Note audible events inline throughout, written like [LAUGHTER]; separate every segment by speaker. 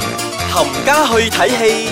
Speaker 1: 冚家去睇戲。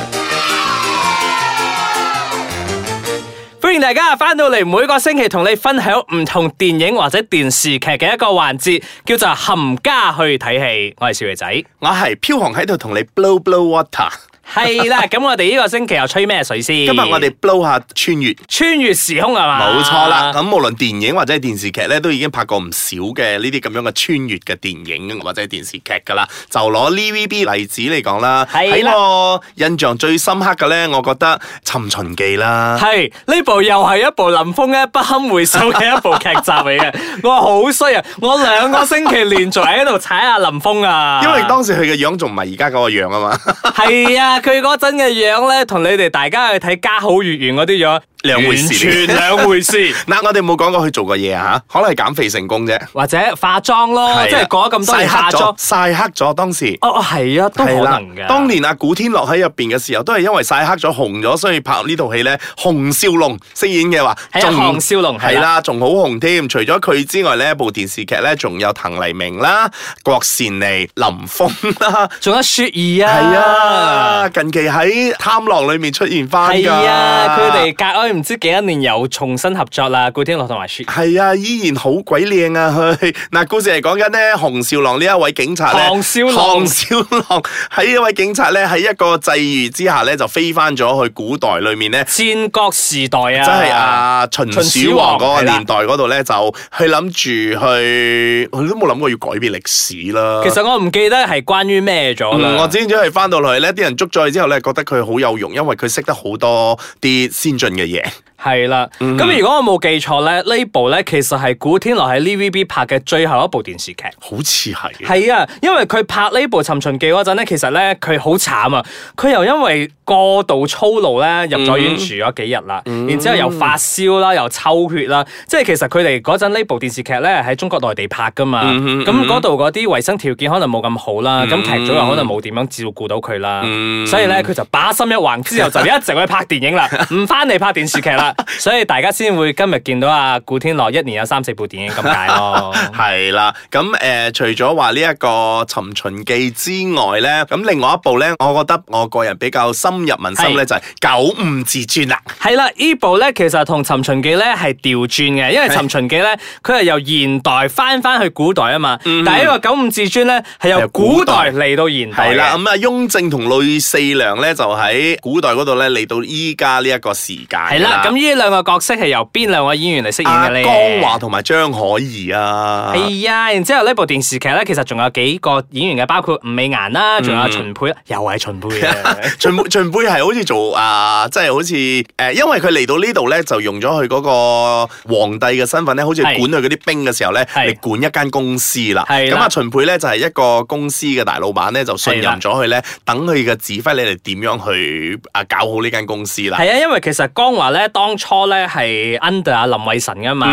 Speaker 2: 欢迎大家翻到嚟每個星期同你分享唔同電影或者電視劇嘅一個環節，叫做冚家去睇戲。我係少爺仔，
Speaker 3: 我係飄紅喺度同你 blow blow water。
Speaker 2: 係 [LAUGHS] 啦。咁我哋呢個星期又吹咩水先？
Speaker 3: 今日我哋 blow 下穿越，
Speaker 2: 穿越時空係嘛？
Speaker 3: 冇錯啦。。咁無論電影或者係電視劇咧，都已經拍過唔少嘅呢啲咁樣嘅穿越嘅電影或者係電視劇㗎啦。就攞 TVB 例子嚟講啦，
Speaker 2: 係
Speaker 3: 喺
Speaker 2: 啦
Speaker 3: 我印象最深刻嘅咧，我覺得《尋秦記》啦。
Speaker 2: 係呢部又係一部林峰咧不堪回首嘅一部劇集嚟 [LAUGHS] 嘅，我好衰啊！我兩個星期連續喺度踩下林峰啊，
Speaker 3: 因為當時佢嘅樣仲唔係而家嗰個樣啊嘛， [LAUGHS]
Speaker 2: 係啊，佢嗰陣嘅樣咧，同你哋大家去睇《家好月圓》嗰啲樣
Speaker 3: 兩回事
Speaker 2: 完全
Speaker 3: 嚟
Speaker 2: 兩回事。
Speaker 3: 嗱我哋冇講過佢做過嘢啊吓，可能係減肥成功啫，
Speaker 2: 或者化妝咯，哦即係講咗咁多年
Speaker 3: 曬
Speaker 2: 化
Speaker 3: 黑
Speaker 2: 妝
Speaker 3: 咗，。曬黑咗當時。
Speaker 2: 哦哦，係啊，都可
Speaker 3: 係啦
Speaker 2: 能，㗎。
Speaker 3: 當年阿古天樂喺入邊嘅時候，都係因為曬黑咗、紅咗，所以拍呢套戲咧，洪少龍飾演嘅話，
Speaker 2: 係啊項少龍係啦
Speaker 3: 係啦，仲好紅添。除咗佢之外咧，部電視劇咧仲有滕麗明啦、郭善妮、林峰啦，
Speaker 2: 仲有雪兒啊，
Speaker 3: 係啊，，近期喺《貪狼》裏面出現翻㗎。
Speaker 2: 係啊，佢哋隔咗唔知幾多年又重新合作啦，古天樂同埋雪兒。
Speaker 3: 係啊，依然好鬼靚啊！佢 [LAUGHS] 嗱，故事係講緊咧，洪少郎呢一位警察咧，
Speaker 2: 項少龍
Speaker 3: 項少郎 [LAUGHS] 喺一位警察咧，喺一個際遇之下咧，就飛翻咗去古代裏面咧。
Speaker 2: 戰國時代啊，
Speaker 3: 即係啊秦始皇嗰個
Speaker 2: 係啦
Speaker 3: 年代嗰度咧，就佢諗住去，佢都冇諗過要改變歷史啦。
Speaker 2: 其實我唔記得係關於咩咗啦
Speaker 3: 嗯，。我知咗佢翻到去咧，啲人捉咗佢之後咧，覺得佢好有用，因為佢識得好多啲先進嘅嘢。
Speaker 2: 係啦，
Speaker 3: 嗯
Speaker 2: 咁如果我冇記錯咧，呢部咧其實係古天樂喺 TVB 拍嘅最後一部電視劇。
Speaker 3: 好似係。
Speaker 2: 係啊，因為佢拍呢部《尋秦記》嗰陣咧，其實咧佢好慘啊！佢又因為過度操勞咧，入咗院住咗幾日啦，然之後又發燒啦，又抽血啦，即係其實佢哋嗰陣呢部電視劇咧喺中國內地拍噶嘛，咁嗰度嗰啲衞生條件可能冇咁好啦，咁劇組又可能冇點樣照顧到佢啦，所以咧佢就把心一橫之後就一直去拍電影啦，唔翻嚟拍電視劇啦，所以大家先會今日見到阿古天樂一年有三四部電影咁解咯。
Speaker 3: 係啦，咁誒、呃除咗話呢一個《尋秦記》之外咧，咁另外一部咧，我覺得我個人比較深入民心咧，就係《九五自傳》啦。
Speaker 2: 係啦，呢部咧其實同《尋秦記》咧係調轉嘅，因為《尋秦記》咧佢係由現代翻翻去古代啊嘛，但係呢個《九五至尊》咧係由
Speaker 3: 由
Speaker 2: 古
Speaker 3: 古
Speaker 2: 代
Speaker 3: 代
Speaker 2: 嚟到現代嘅。
Speaker 3: 係啦，咁啊，雍正同呂四娘咧就喺古代嗰度咧嚟到依家呢一個時間㗎。
Speaker 2: 係啦，咁呢兩個角色係由邊兩個演員嚟飾演
Speaker 3: 阿
Speaker 2: 嘅咧？
Speaker 3: 江華同埋張可怡啊，。
Speaker 2: 係啊，然之後呢部電視劇咧，其實仲有幾個演員嘅，包括吳美顏啦，仲有秦沛，又係秦沛嘅
Speaker 3: 秦沛秦沛係好似做啊，即係好似誒、呃因為佢嚟到呢度咧，就用咗佢嗰個皇帝嘅身份咧，好似
Speaker 2: 係
Speaker 3: 管佢嗰啲兵嘅時候咧，
Speaker 2: 係
Speaker 3: 嚟管一間公司啦。
Speaker 2: 係
Speaker 3: 咁
Speaker 2: 啦
Speaker 3: 啊，秦沛咧就係、一個公司嘅大老闆咧，就信
Speaker 2: 係
Speaker 3: 任
Speaker 2: 啦
Speaker 3: 咗佢咧，等佢嘅指揮你哋點樣去啊搞好呢間公司啦。
Speaker 2: 係啊，因為其實江華咧當初咧係 under 阿林慧晨噶嘛，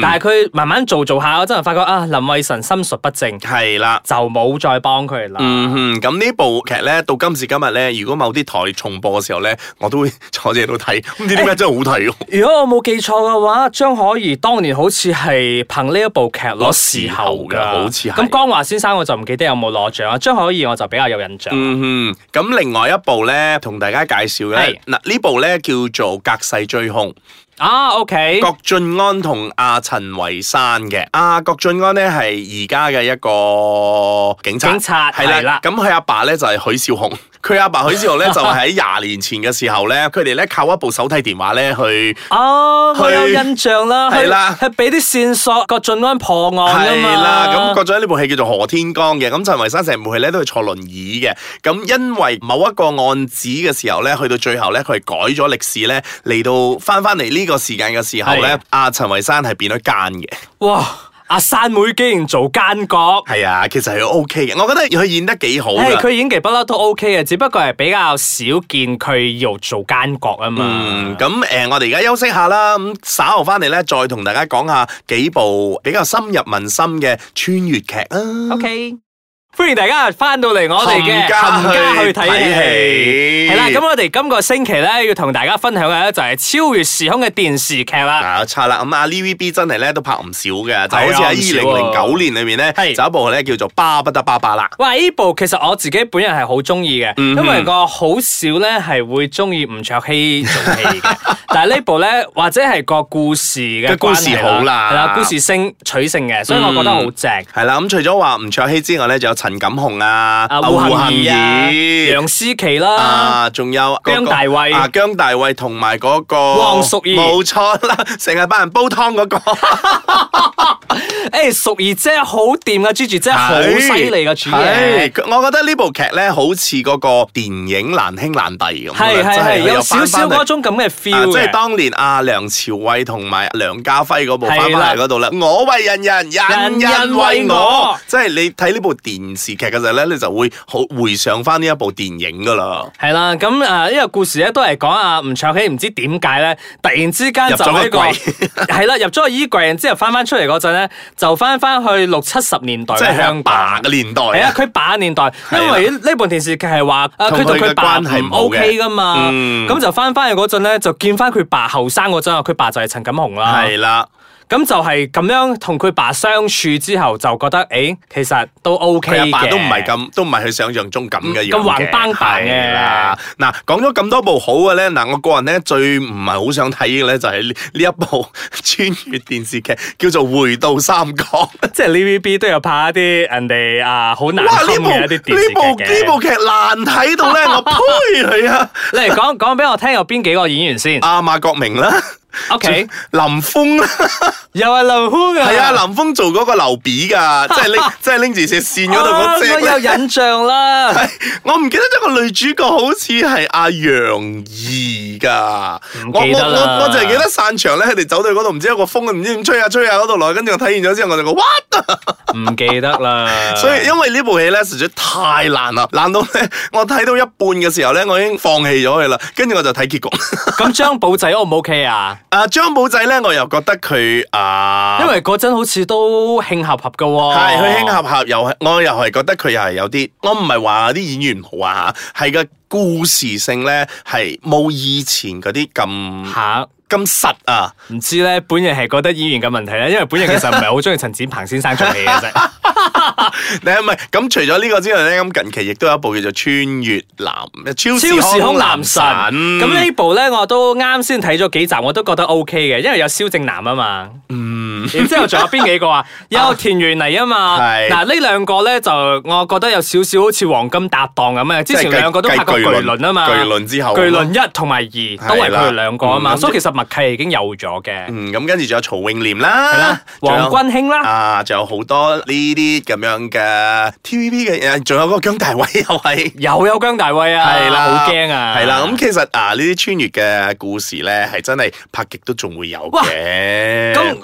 Speaker 2: 但係佢慢慢做做下，我真係發覺啊，林慧晨心術不正。
Speaker 3: 係啦。
Speaker 2: 就冇再幫佢啦。
Speaker 3: 嗯哼，咁呢部劇咧，到今時今日咧，如果某啲台重播嘅時候咧，我都會坐喺度睇，唔知點解真係好睇喎。
Speaker 2: 如果我冇記錯嘅話，張可怡當年好似係憑呢一部劇攞視后
Speaker 3: 攞視
Speaker 2: 㗎，
Speaker 3: 后㗎哦好似係
Speaker 2: 咁江華先生我就唔記得有冇攞獎啊，張可怡我就比較有印象。
Speaker 3: 嗯哼，咁另外一部咧，同大家介紹
Speaker 2: 係
Speaker 3: 咧，嗱呢部咧叫做《隔世追兇》，
Speaker 2: 啊，OK，
Speaker 3: 郭晉安同阿陳慧珊嘅。阿郭晉安咧係而家嘅一個警察，
Speaker 2: 警察係
Speaker 3: 係
Speaker 2: 啦
Speaker 3: 啦。咁佢阿爸咧就係許少雄，佢阿爸許少雄咧就係喺廿年前嘅時候咧，佢哋咧靠一部手提電話咧去。
Speaker 2: 哦，我
Speaker 3: 佢
Speaker 2: 有印象啦，
Speaker 3: 係
Speaker 2: 佢
Speaker 3: 啦
Speaker 2: 佢俾啲線索郭晉安破案㗎
Speaker 3: 係
Speaker 2: 啊嘛。
Speaker 3: 啦，咁郭晉安呢部戲叫做《何天光》嘅，咁陳慧珊成部戲咧都係坐輪椅嘅，咁因為某一個案子嘅時候咧，去到最後咧，佢係改咗歷史咧，嚟到翻翻嚟呢個時間嘅時候
Speaker 2: 係
Speaker 3: 咧，阿陳慧珊係變咗奸嘅，
Speaker 2: 哇，阿山妹竟然做奸角。
Speaker 3: 係啊，其實係 O K 嘅，我覺得佢演得幾好
Speaker 2: 誒
Speaker 3: 㗎。
Speaker 2: 佢演技不嬲都 OK 嘅，只不過係比較少見佢要做奸角啊嘛。
Speaker 3: 嗯，咁誒、呃我哋而家休息下啦，咁稍後翻嚟咧，再同大家講下幾部比較深入民心嘅穿越劇啊。
Speaker 2: OK。歡迎大家翻到嚟我哋嘅冚家去睇戲。
Speaker 3: 戲
Speaker 2: 係啦，咁我哋今個星期咧要同大家分享嘅咧就係超越時空嘅電視劇啦。
Speaker 3: 嗱，差啦，咁啊 TVB 真係咧都拍唔少嘅，就好似喺
Speaker 2: 啊唔少
Speaker 3: 二零零
Speaker 2: 喎
Speaker 3: 九年裏面咧，
Speaker 2: 係
Speaker 3: 就有一部咧叫做《巴不得巴巴》啦。
Speaker 2: 哇！呢部其實我自己本人係好中意嘅，
Speaker 3: 嗯
Speaker 2: 因為我好少咧係會中意吳卓羲做戲嘅。
Speaker 3: [LAUGHS]
Speaker 2: 但係呢部咧，或者係個故事嘅
Speaker 3: 個故事
Speaker 2: 關係
Speaker 3: 好啦
Speaker 2: 係啦，故事性取勝嘅，所以我覺得好正。
Speaker 3: 系啦，咁除咗話吳卓羲之外咧，仲有陳錦雄啊、
Speaker 2: 啊，
Speaker 3: 啊
Speaker 2: 胡
Speaker 3: 胡
Speaker 2: 杏兒啊
Speaker 3: 兒、
Speaker 2: 楊思琪啦，
Speaker 3: 啊，仲有嗰個
Speaker 2: 姜大衛
Speaker 3: 啊，姜大衛同埋嗰個
Speaker 2: 黃淑儀
Speaker 3: 冇錯啦，成日幫人煲湯嗰
Speaker 2: [LAUGHS]
Speaker 3: 個，
Speaker 2: 誒哎淑儀姐好掂啊，Gigi 姐 [LAUGHS] 好犀利啊嘅主
Speaker 3: 係
Speaker 2: 嘢。
Speaker 3: 佢我覺得呢部劇咧，好似嗰個電影難兄難弟
Speaker 2: 係
Speaker 3: 咁樣，啊
Speaker 2: 係
Speaker 3: 真
Speaker 2: 係
Speaker 3: 係
Speaker 2: 有少少嗰
Speaker 3: 嗰。
Speaker 2: 種咁嘅
Speaker 3: 啊
Speaker 2: feel
Speaker 3: 即係
Speaker 2: 嘅。
Speaker 3: 當年阿梁朝偉同埋梁家輝嗰部
Speaker 2: 係
Speaker 3: 翻
Speaker 2: 啦
Speaker 3: 翻嚟嗰度啦，我為人人，人人為
Speaker 2: 人人為
Speaker 3: 我
Speaker 2: 我，
Speaker 3: 即係你睇呢部電視劇嘅時候咧，你就會好回想翻呢一部電影噶啦。
Speaker 2: 係啦，咁誒呢個故事咧都係講阿吳卓羲唔知點解咧，突然之間就喺個
Speaker 3: 入咗
Speaker 2: [LAUGHS] 係啦，入咗個衣櫃，然之後翻翻出嚟嗰陣咧，就翻翻去六七十年代
Speaker 3: 即
Speaker 2: 嘅
Speaker 3: 係佢
Speaker 2: 啊香
Speaker 3: 阿爸
Speaker 2: 港。
Speaker 3: 嘅年代
Speaker 2: 係啊，
Speaker 3: 啊，
Speaker 2: 佢爸年代，
Speaker 3: 啊
Speaker 2: 因為呢部電視劇係話，啊
Speaker 3: 同
Speaker 2: 佢同
Speaker 3: 佢嘅
Speaker 2: 佢爸
Speaker 3: 關係唔
Speaker 2: 唔
Speaker 3: 好嘅
Speaker 2: OK 噶嘛，
Speaker 3: 嗯
Speaker 2: 咁就翻翻去嗰陣咧，就見翻佢爸後生嗰陣啊，佢啊爸就係陳錦雄啦，
Speaker 3: 係啦。
Speaker 2: 咁就係咁樣同佢爸相處之後，就覺得誒其實都 OK
Speaker 3: 佢阿
Speaker 2: 嘅，
Speaker 3: 爸都唔係咁，都唔係佢想象中咁嘅樣嘅
Speaker 2: 咁橫崩棒嘅
Speaker 3: 係啦。嗱，講咗咁多部好嘅咧，嗱，我個人咧最唔係好想睇嘅咧就係呢呢一部 [LAUGHS] 穿越電視劇叫做《回到三國》。
Speaker 2: [LAUGHS] 即係 TVB 都有拍一啲人哋啊好難
Speaker 3: 哇！呢
Speaker 2: 堪
Speaker 3: 部
Speaker 2: 嘅
Speaker 3: 呢
Speaker 2: 一啲電視
Speaker 3: 部
Speaker 2: 劇嘅
Speaker 3: 呢部劇難睇
Speaker 2: [LAUGHS]
Speaker 3: 到咧，我呸佢啊！
Speaker 2: 你嚟講講俾我聽有邊幾個演員先
Speaker 3: 阿馬國明啦
Speaker 2: ？OK，
Speaker 3: 林
Speaker 2: [LAUGHS]
Speaker 3: 峰啦，
Speaker 2: 又係劉歡㗎。
Speaker 3: 係啊，林峰做嗰個劉
Speaker 2: [LAUGHS]
Speaker 3: 備噶，即係拎即係拎住隻線嗰度
Speaker 2: 啊
Speaker 3: 嗰
Speaker 2: 我有
Speaker 3: 只。
Speaker 2: 印象啦。
Speaker 3: [LAUGHS] 我唔記得咗個女主角好似係阿楊怡㗎，
Speaker 2: 唔
Speaker 3: 我
Speaker 2: 記得
Speaker 3: 我
Speaker 2: 啦
Speaker 3: 我我就係記得散場咧，佢哋走到嗰度，唔知有個風唔知點吹下吹下嗰度來，跟住我睇完咗之後，我就講 what？
Speaker 2: 唔記得啦。
Speaker 3: 所以因為呢部戲咧實在太爛啦，爛到咧我睇到一半嘅時候咧，我已經放棄咗佢啦，跟住我就睇結局。 [LAUGHS]
Speaker 2: 咁張寶仔 O 唔 OK 啊？
Speaker 3: 啊，張寶仔咧，我又覺得佢啊，
Speaker 2: 因為哦嗰陣好似都慶合合嘅喎。
Speaker 3: 係佢輕合合又係，我又係覺得佢又係有啲，我唔係話啲演員唔好啊，係個故事性咧係冇以前嗰啲咁
Speaker 2: 嚇。
Speaker 3: 咁實啊。
Speaker 2: 唔知咧，本人係覺得演員嘅問題咧，因為本人其實唔係好中意陳展鵬先生做戲嘅啫。
Speaker 3: 你係咪咁？除咗呢個之外咧，咁近期亦都有一部叫做《穿越男》超
Speaker 2: 超時
Speaker 3: 空
Speaker 2: 空男
Speaker 3: 男
Speaker 2: 神
Speaker 3: 神。
Speaker 2: 咁呢部咧，我都啱先睇咗幾集，我都覺得 O K 嘅，因為有蕭正楠啊嘛。嗯。然之後仲有邊幾個
Speaker 3: [LAUGHS]
Speaker 2: 啊？有田園妮啊嘛。
Speaker 3: 係
Speaker 2: 嗱，呢兩個咧就我覺得有少少好似黃金搭檔咁嘅。之
Speaker 3: 即
Speaker 2: 前
Speaker 3: 係計
Speaker 2: 兩個都拍過巨輪啊嘛。
Speaker 3: 巨輪之後
Speaker 2: 巨輪一同埋二都係佢哋兩個啊
Speaker 3: 係啦
Speaker 2: 嘛，
Speaker 3: 嗯
Speaker 2: 所以其實默契已經有咗嘅。
Speaker 3: 嗯，咁跟住仲有曹永廉啦，
Speaker 2: 係啦，
Speaker 3: 仲有
Speaker 2: 黃君興啦。
Speaker 3: 啊，仲有好多呢啲咁樣嘅 TVB 嘅人，仲有嗰個姜大偉又係。
Speaker 2: 又有姜大衛啊，
Speaker 3: 係啦，
Speaker 2: 好驚啊！
Speaker 3: 係啦，咁其實啊，呢啲穿越嘅故事咧，係真係拍極都仲會有
Speaker 2: 哇
Speaker 3: 嘅。
Speaker 2: 咁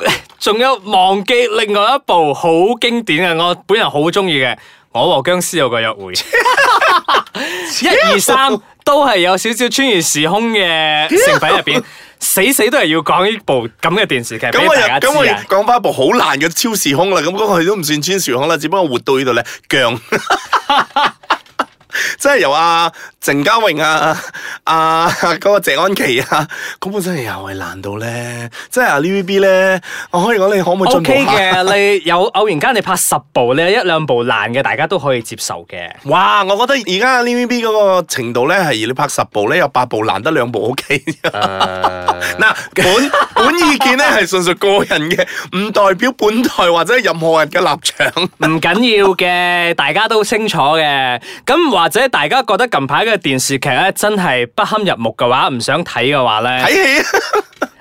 Speaker 2: 仲有忘記另外一部好經典嘅，我本人好中意嘅《我和僵屍有個約會》，
Speaker 3: [LAUGHS]
Speaker 2: 一二三都係有少少穿越時空
Speaker 3: [LAUGHS]
Speaker 2: 嘅成分入邊，死死都係要講呢部咁嘅電視劇
Speaker 3: 咁
Speaker 2: 俾
Speaker 3: 我又
Speaker 2: 大家
Speaker 3: 咁我
Speaker 2: 知
Speaker 3: 又
Speaker 2: 啊！
Speaker 3: 講翻一部好爛嘅超時空啦，咁嗰個佢都唔算穿時空啦，只不過活到呢度咧， [LAUGHS] 強。即係由阿鄭嘉穎啊，啊嗰、個謝安琪啊，嗰部真係又係爛到咧，即係啊 TVB 咧，我可以講你可唔可以
Speaker 2: O
Speaker 3: 進
Speaker 2: K
Speaker 3: 步下？
Speaker 2: 嘅，你有偶然間你拍十部，你有一兩部爛嘅，大家都可以接受嘅。
Speaker 3: 哇！我覺得而家 TVB 嗰個程度咧，係你拍十部咧，有八部爛得兩部 O K。嗱，本本意見咧係純屬個人嘅，唔代表本台或者任何人嘅立場。
Speaker 2: 唔緊要嘅，大家都清楚嘅。咁或者大家覺得近排嘅電視劇咧真係不堪入目嘅話，唔想睇嘅話咧，
Speaker 3: 睇戲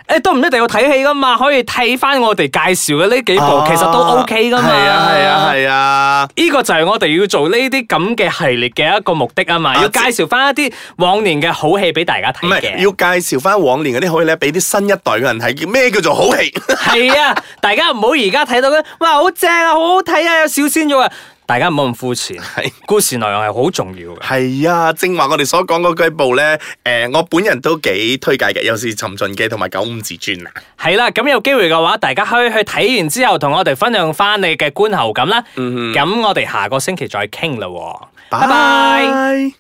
Speaker 3: 啊
Speaker 2: 誒、都唔一定要睇戲噶嘛，可以睇翻我哋介紹嘅呢幾部，哦其實都 OK 噶嘛。
Speaker 3: 哦係啊係啊。係啊。
Speaker 2: 呢個就係我哋要做呢啲咁嘅系列嘅一個目的啊嘛，
Speaker 3: 啊
Speaker 2: 要介紹翻一啲往年嘅好戲俾大家
Speaker 3: 唔
Speaker 2: 睇
Speaker 3: 係
Speaker 2: 嘅。
Speaker 3: 要介紹翻往年嗰啲好戲咧，俾啲新一代嘅人睇，叫咩叫做
Speaker 2: [LAUGHS]
Speaker 3: 好戲？
Speaker 2: 係啊，大家唔好而家睇到咧，哇，好正啊，好好睇啊，有小鮮肉啊，大家唔好咁膚
Speaker 3: [LAUGHS]
Speaker 2: 淺，
Speaker 3: 係
Speaker 2: 故事內容係好重要嘅。
Speaker 3: 係啊，正話我哋所講嗰幾部咧，诶、我本人都幾推介嘅，尤其是《尋秦記》同埋《九五至尊》啊。
Speaker 2: 係啦，咁有機會嘅話，大家可以去睇完之後，同我哋分享翻你
Speaker 3: 嗯
Speaker 2: 嘅觀後感啦。咁、我哋下個星期再傾啦喎，拜拜。